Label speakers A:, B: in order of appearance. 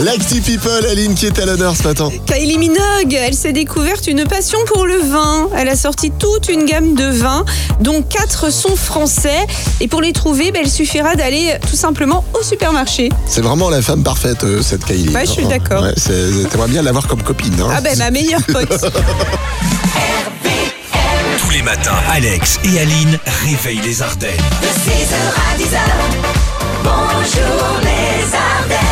A: L'Acti People, Aline qui est à l'honneur ce matin.
B: Kylie Minogue, elle s'est découverte une passion pour le vin. Elle a sorti toute une gamme de vins, dont quatre sont français. Et pour les trouver, ben, il suffira d'aller euh, tout simplement au supermarché.
A: C'est vraiment la femme parfaite, euh, cette Kylie.
B: Ouais, je suis d'accord.
A: Ouais, c'est- T'aimerais bien l'avoir comme copine. hein.
B: Ah ben ma meilleure pote.
C: Tous les matins, Alex et Aline réveillent les Ardennes.
D: De 6h à 10h, bonjour les Ardennes.